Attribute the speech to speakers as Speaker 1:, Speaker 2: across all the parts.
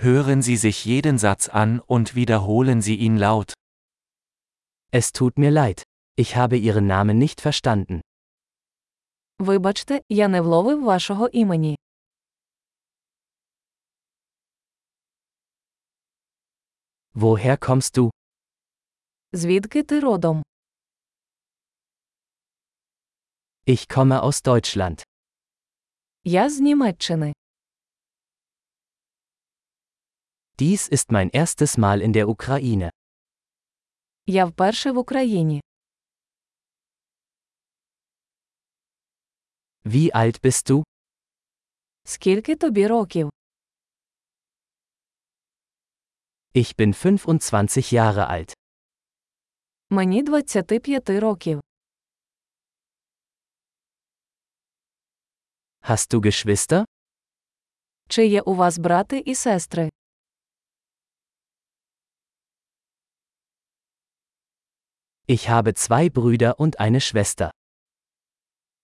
Speaker 1: Hören Sie sich jeden Satz an und wiederholen Sie ihn laut.
Speaker 2: Es tut mir leid. Ich habe Ihren Namen nicht verstanden.
Speaker 3: Вибачте, я не вловив вашого імені.
Speaker 2: Woher kommst du?
Speaker 3: Звідки ти родом?
Speaker 2: Ich komme aus Deutschland.
Speaker 3: Я з Німеччини.
Speaker 2: Dies ist mein erstes Mal in der Ukraine.
Speaker 3: Я вперше в Україні.
Speaker 2: Wie alt bist du?
Speaker 3: Скільки тобі років?
Speaker 2: Ich bin 25 Jahre alt.
Speaker 3: Мені 25 років.
Speaker 2: Hast du Geschwister?
Speaker 3: Чи є у вас брати і сестри?
Speaker 2: Ich habe zwei Brüder und eine Schwester.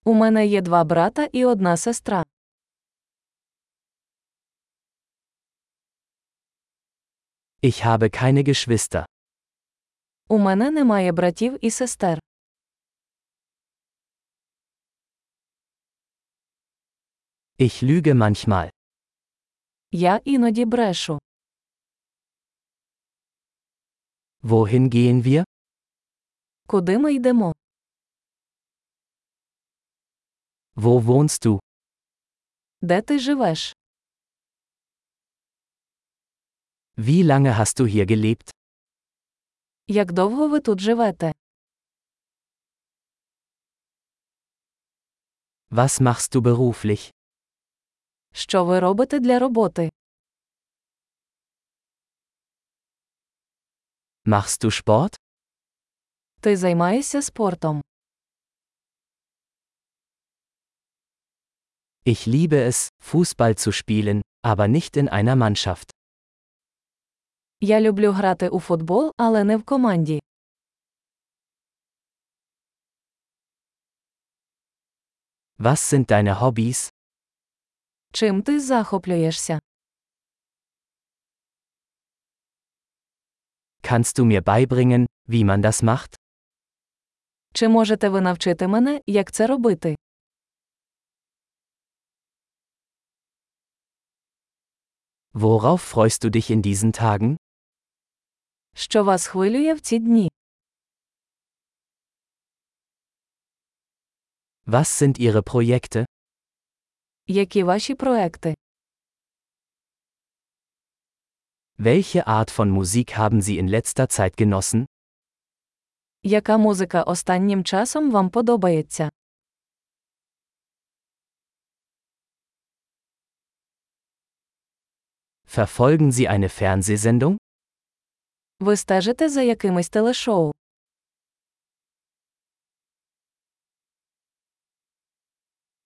Speaker 3: У мене є два брата і одна сестра.
Speaker 2: Ich habe keine Geschwister.
Speaker 3: У мене немає братів і сестер.
Speaker 2: Ich lüge manchmal.
Speaker 3: Я іноді брешу.
Speaker 2: Wohin gehen wir?
Speaker 3: Куди ми йдемо?
Speaker 2: Wo wohnst du?
Speaker 3: Де ти живеш?
Speaker 2: Wie lange hast du hier gelebt?
Speaker 3: Як довго ви тут живете?
Speaker 2: Was machst du beruflich?
Speaker 3: Що ви робите для роботи?
Speaker 2: Machst du Sport?
Speaker 3: Ти займаєшся спортом.
Speaker 2: Ich liebe es, Fußball zu spielen, aber nicht in einer Mannschaft.
Speaker 3: Я люблю грати у футбол, але не в команді.
Speaker 2: Was sind deine Hobbys?
Speaker 3: Чим ти захоплюєшся?
Speaker 2: Kannst du mir beibringen, wie man das macht?
Speaker 3: Чи можете ви навчити мене, як це робити?
Speaker 2: Worauf freust du dich in diesen Tagen?
Speaker 3: Що вас хвилює в ці дні?
Speaker 2: Was sind ihre Projekte?
Speaker 3: Які ваші проекти?
Speaker 2: Welche Art von Musik haben sie in letzter Zeit genossen?
Speaker 3: Яка музика останнім часом вам подобається?
Speaker 2: Verfolgen sie eine Fernsehsendung?
Speaker 3: Ви стежите за якимись телешоу?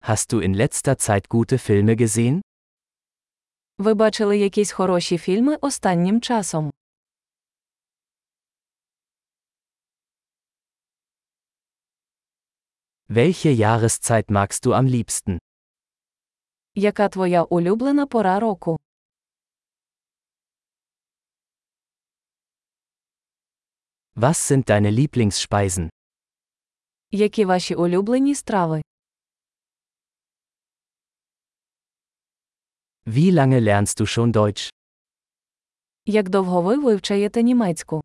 Speaker 2: Hast du in letzter Zeit gute Filme gesehen?
Speaker 3: Ви бачили якісь хороші фільми останнім часом?
Speaker 2: Welche Jahreszeit magst du am liebsten?
Speaker 3: Яка твоя улюблена пора року?
Speaker 2: Was sind deine Lieblingsspeisen?
Speaker 3: Які ваші улюблені страви?
Speaker 2: Wie lange lernst du schon Deutsch?
Speaker 3: Як довго ви вивчаєте німецьку?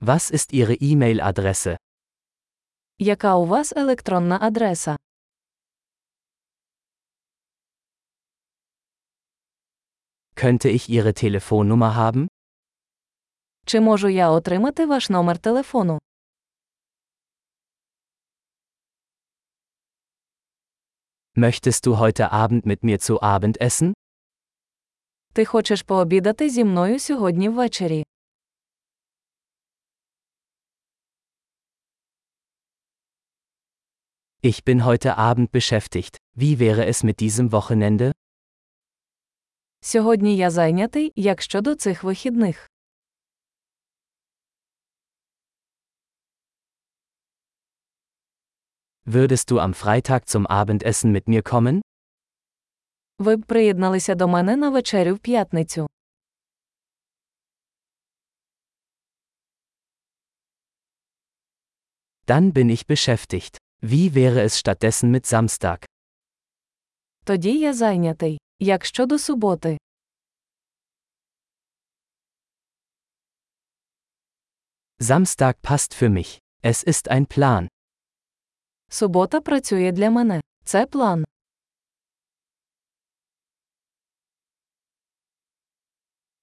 Speaker 2: Was ist ihre E-Mail-Adresse?
Speaker 3: Яка у вас електронна адреса?
Speaker 2: Könnte ich ihre Telefonnummer haben?
Speaker 3: Чи можу я отримати ваш номер телефону?
Speaker 2: Möchtest du heute Abend mit mir zu Abend essen?
Speaker 3: Ти хочеш пообідати зі мною сьогодні ввечері?
Speaker 2: Ich bin heute Abend beschäftigt. Wie wäre es mit diesem Wochenende?
Speaker 3: Сьогодні я зайнятий, як щодо цих вихідних.
Speaker 2: Würdest du am Freitag zum Abendessen mit mir kommen?
Speaker 3: Ви б приєдналися до мене на вечерю в п'ятницю.
Speaker 2: Dann bin ich beschäftigt. Wie wäre es stattdessen mit Samstag?
Speaker 3: Тоді я зайнятий. Як щодо суботи,
Speaker 2: Samstag passt für mich. Es ist ein Plan.
Speaker 3: субота працює для мене. Це план.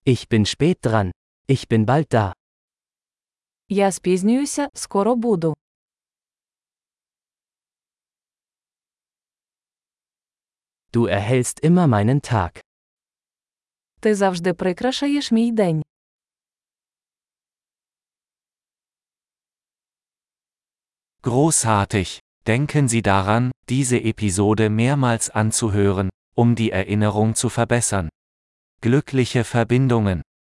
Speaker 2: Ich bin spät dran. Ich bin bald da.
Speaker 3: Я спізнююся, скоро буду.
Speaker 2: Du erhältst immer meinen Tag.
Speaker 3: Ти завжди прикрашаєш мій день.
Speaker 1: Großartig! Denken Sie daran, diese Episode mehrmals anzuhören, um die Erinnerung zu verbessern. Glückliche Verbindungen!